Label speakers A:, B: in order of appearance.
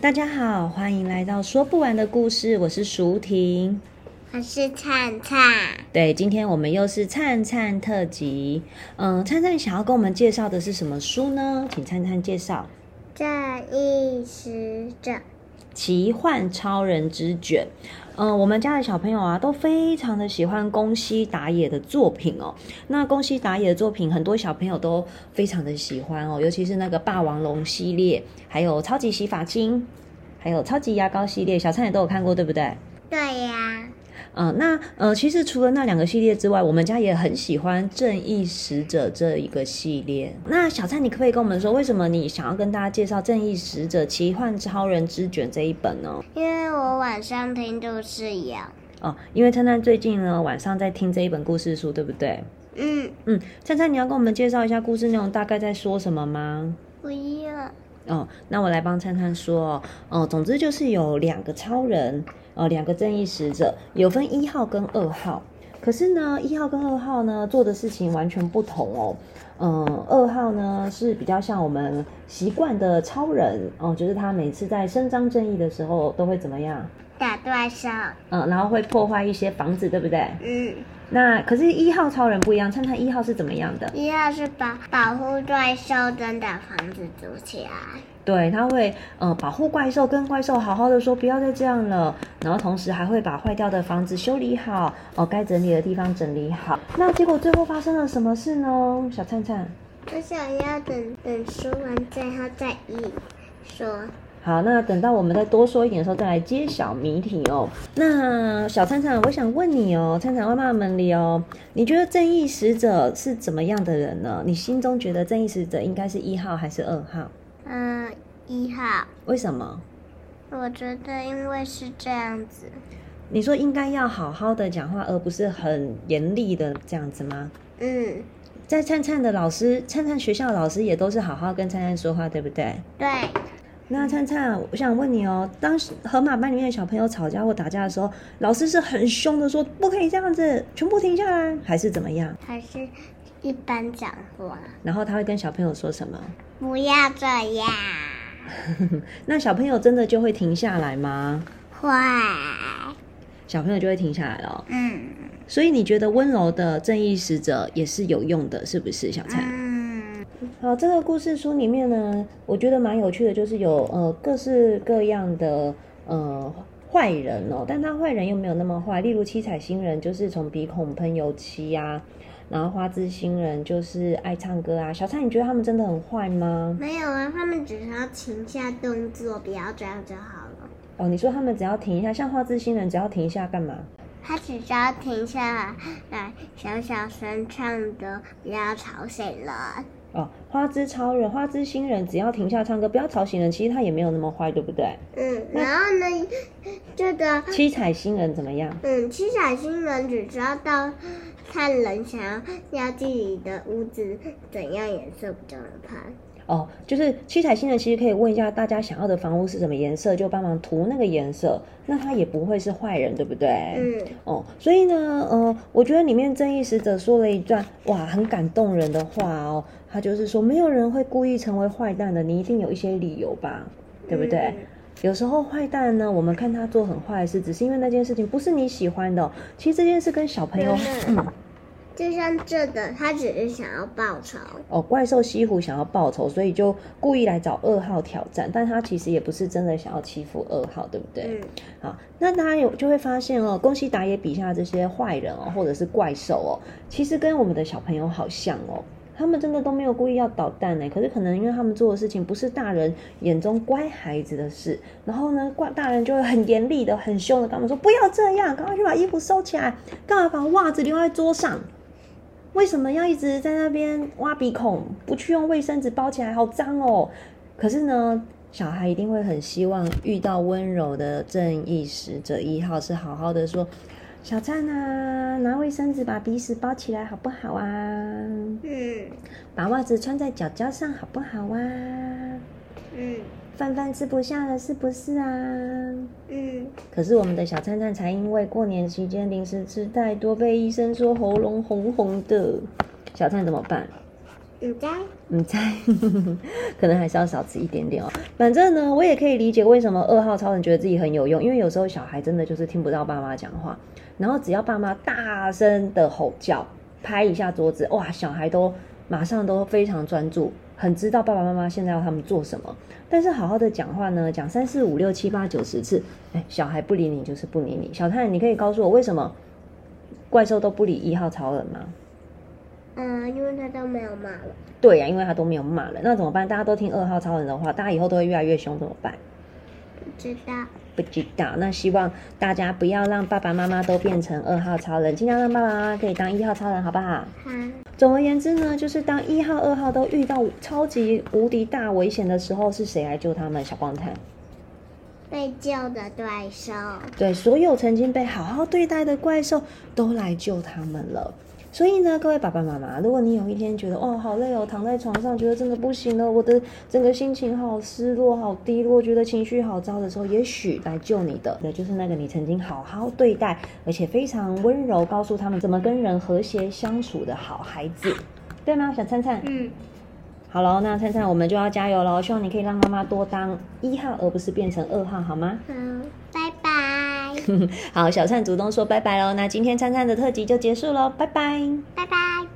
A: 大家好，欢迎来到说不完的故事，我是舒婷，
B: 我是灿灿。
A: 对，今天我们又是灿灿特辑。嗯，灿灿想要跟我们介绍的是什么书呢？请灿灿介绍
B: 正义使者，
A: 《奇幻超人之卷》。嗯，我们家的小朋友啊，都非常的喜欢宫西达也的作品哦。那宫西达也的作品，很多小朋友都非常的喜欢哦，尤其是那个霸王龙系列，还有超级洗发精，还有超级牙膏系列，小灿也都有看过，对不对？
B: 对呀、
A: 嗯、那呃，其实除了那两个系列之外，我们家也很喜欢《正义使者》这一个系列。那小蔡，你可不可以跟我们说，为什么你想要跟大家介绍《正义使者：奇幻超人之卷》这一本呢？
B: 因为我晚上听故事有，
A: 哦，因为灿灿最近呢晚上在听这一本故事书，对不对？
B: 嗯，
A: 嗯，灿灿，你要跟我们介绍一下故事内容大概在说什么吗？
B: 不要，
A: 哦，那我来帮灿灿说哦。哦，总之就是有两个超人，呃，两个正义使者，有分一号跟二号。可是呢，一号跟二号呢做的事情完全不同哦。嗯，二号呢是比较像我们习惯的超人哦，就是他每次在伸张正义的时候都会怎么样？
B: 打怪兽，
A: 嗯，然后会破坏一些房子，对不对？
B: 嗯，
A: 那可是，一号超人不一样，灿灿一号是怎么样的？
B: 一要是保保护怪兽，真的房子筑起来，
A: 对，他会呃保护怪兽，跟怪兽好好的说不要再这样了，然后同时还会把坏掉的房子修理好，哦，该整理的地方整理好。那结果最后发生了什么事呢？小灿灿，
B: 我想要等等说完最后再一说，
A: 好，那等到我们再多说一点的时候再来揭晓谜题哦。那小灿灿，我想问你哦，灿灿外妈们里哦，你觉得正义使者是怎么样的人呢？你心中觉得正义使者应该是一号还是二号？
B: 嗯、一号，
A: 为什么？
B: 我觉得因为是这样子，
A: 你说应该要好好的讲话，而不是很严厉的这样子吗？
B: 嗯，
A: 在灿灿的老师，灿灿学校的老师也都是好好跟灿灿说话，对不对？
B: 对，
A: 那灿灿，我想问你哦，当时河马班里面的小朋友吵架或打架的时候，老师是很凶的说不可以这样子，全部停下来，还是怎么样？
B: 还是一般讲话，
A: 然后他会跟小朋友说什么？
B: 不要这样，
A: 那小朋友真的就会停下来吗？
B: 坏，
A: 小朋友就会停下来了哦、
B: 嗯
A: 所以你觉得温柔的正义使者也是有用的，是不是，小蔡？
B: 嗯，
A: 好，这个故事书里面呢，我觉得蛮有趣的，就是有呃各式各样的呃坏人哦，但他坏人又没有那么坏。例如七彩星人就是从鼻孔喷油漆啊，然后花枝星人就是爱唱歌啊。小蔡，你觉得他们真的很坏吗？
B: 没有啊，他们只是要停下动作，不要这样就好了。
A: 哦，你说他们只要停一下，像花枝星人只要停一下干嘛？
B: 他只需要停下来，来小小声唱歌，不要吵醒人。
A: 哦，花枝超人、花枝星人只要停下唱歌，不要吵醒人，其实他也没有那么坏，对不对？
B: 嗯，然后呢，这个
A: 七彩星人怎么样？
B: 嗯，七彩星人只知道到看人想要要自己的屋子怎样颜色比较好看。
A: 哦，就是七彩星人，其实可以问一下大家想要的房屋是什么颜色，就帮忙涂那个颜色，那他也不会是坏人，对不对？。
B: 嗯，
A: 哦，所以呢，呃，我觉得里面正义使者说了一段哇很感动人的话哦，他就是说没有人会故意成为坏蛋的，你一定有一些理由吧，对不对？
B: 嗯
A: 有时候坏蛋呢，我们看他做很坏的事，只是因为那件事情不是你喜欢的哦、其实这件事跟小朋友，
B: 真
A: 嗯
B: 的，就像这个，他只是想要报仇。
A: 哦，怪兽西湖想要报仇，所以就故意来找二号挑战，但他其实也不是真的想要欺负二号，对不对？
B: 嗯，
A: 好，那大家有就会发现哦，宫西达也笔下的这些坏人哦，或者是怪兽哦，其实跟我们的小朋友好像哦。他们真的都没有故意要捣蛋欸呢，可是可能因为他们做的事情不是大人眼中乖孩子的事，然后呢，怪大人就会很严厉的、很凶的跟他们说：“不要这样，赶快去把衣服收起来，干嘛把袜子留在桌上？为什么要一直在那边挖鼻孔，不去用卫生纸包起来，好脏哦！可是呢，小孩一定会很希望遇到温柔的正义使者一号，是好好的说：“小赞啊，拿卫生纸把鼻屎包起来好不好啊？
B: 嗯
A: 把袜子穿在脚脚上好不好啊？
B: 嗯
A: 饭饭吃不下了是不是啊？”
B: 嗯
A: 可是我们的小灿灿才因为过年期间零食吃太多，被医生说喉咙红红的。小灿怎么办？
B: 你在？
A: 你猜，嗯 可能还是要少吃一点点哦。反正呢，我也可以理解为什么二号超人觉得自己很有用，因为有时候小孩真的就是听不到爸妈讲话，然后只要爸妈大声的吼叫，拍一下桌子，哇，小孩都马上都非常专注，很知道爸爸妈妈现在要他们做什么。但是好好的讲话呢，讲三四五六七八九十次，哎，小孩不理你就是不理你。小探，你可以告诉我为什么怪兽都不理一号超人吗？
B: 嗯、因为他都没有骂了。
A: 对啊呀、因为他都没有骂人，那怎么办？大家都听二号超人的话，大家以后都会越来越凶，怎么办？
B: 不知道。
A: 不知道。那希望大家不要让爸爸妈妈都变成二号超人，尽量让爸爸妈妈可以当一号超人，好不好？
B: 好，
A: 总而言之呢，就是当一号、二号都遇到超级无敌大危险的时候，是谁来救他们？小光太。
B: 被救的怪兽。
A: 对，所有曾经被好好对待的怪兽都来救他们了。所以呢，各位爸爸妈妈，如果你有一天觉得哦好累哦，躺在床上觉得真的不行了，我的整个心情好失落、好低落，觉得情绪好糟的时候，也许来救你的，那就是那个你曾经好好对待，而且非常温柔，告诉他们怎么跟人和谐相处的好孩子，对吗？小灿灿，
B: 嗯，
A: 好喽，那灿灿我们就要加油喽，希望你可以让妈妈多当一号，而不是变成二号，好吗？
B: 好，拜拜，
A: 好，小灿主动说拜拜喽。那今天灿灿的特辑就结束喽，拜拜。
B: 拜拜。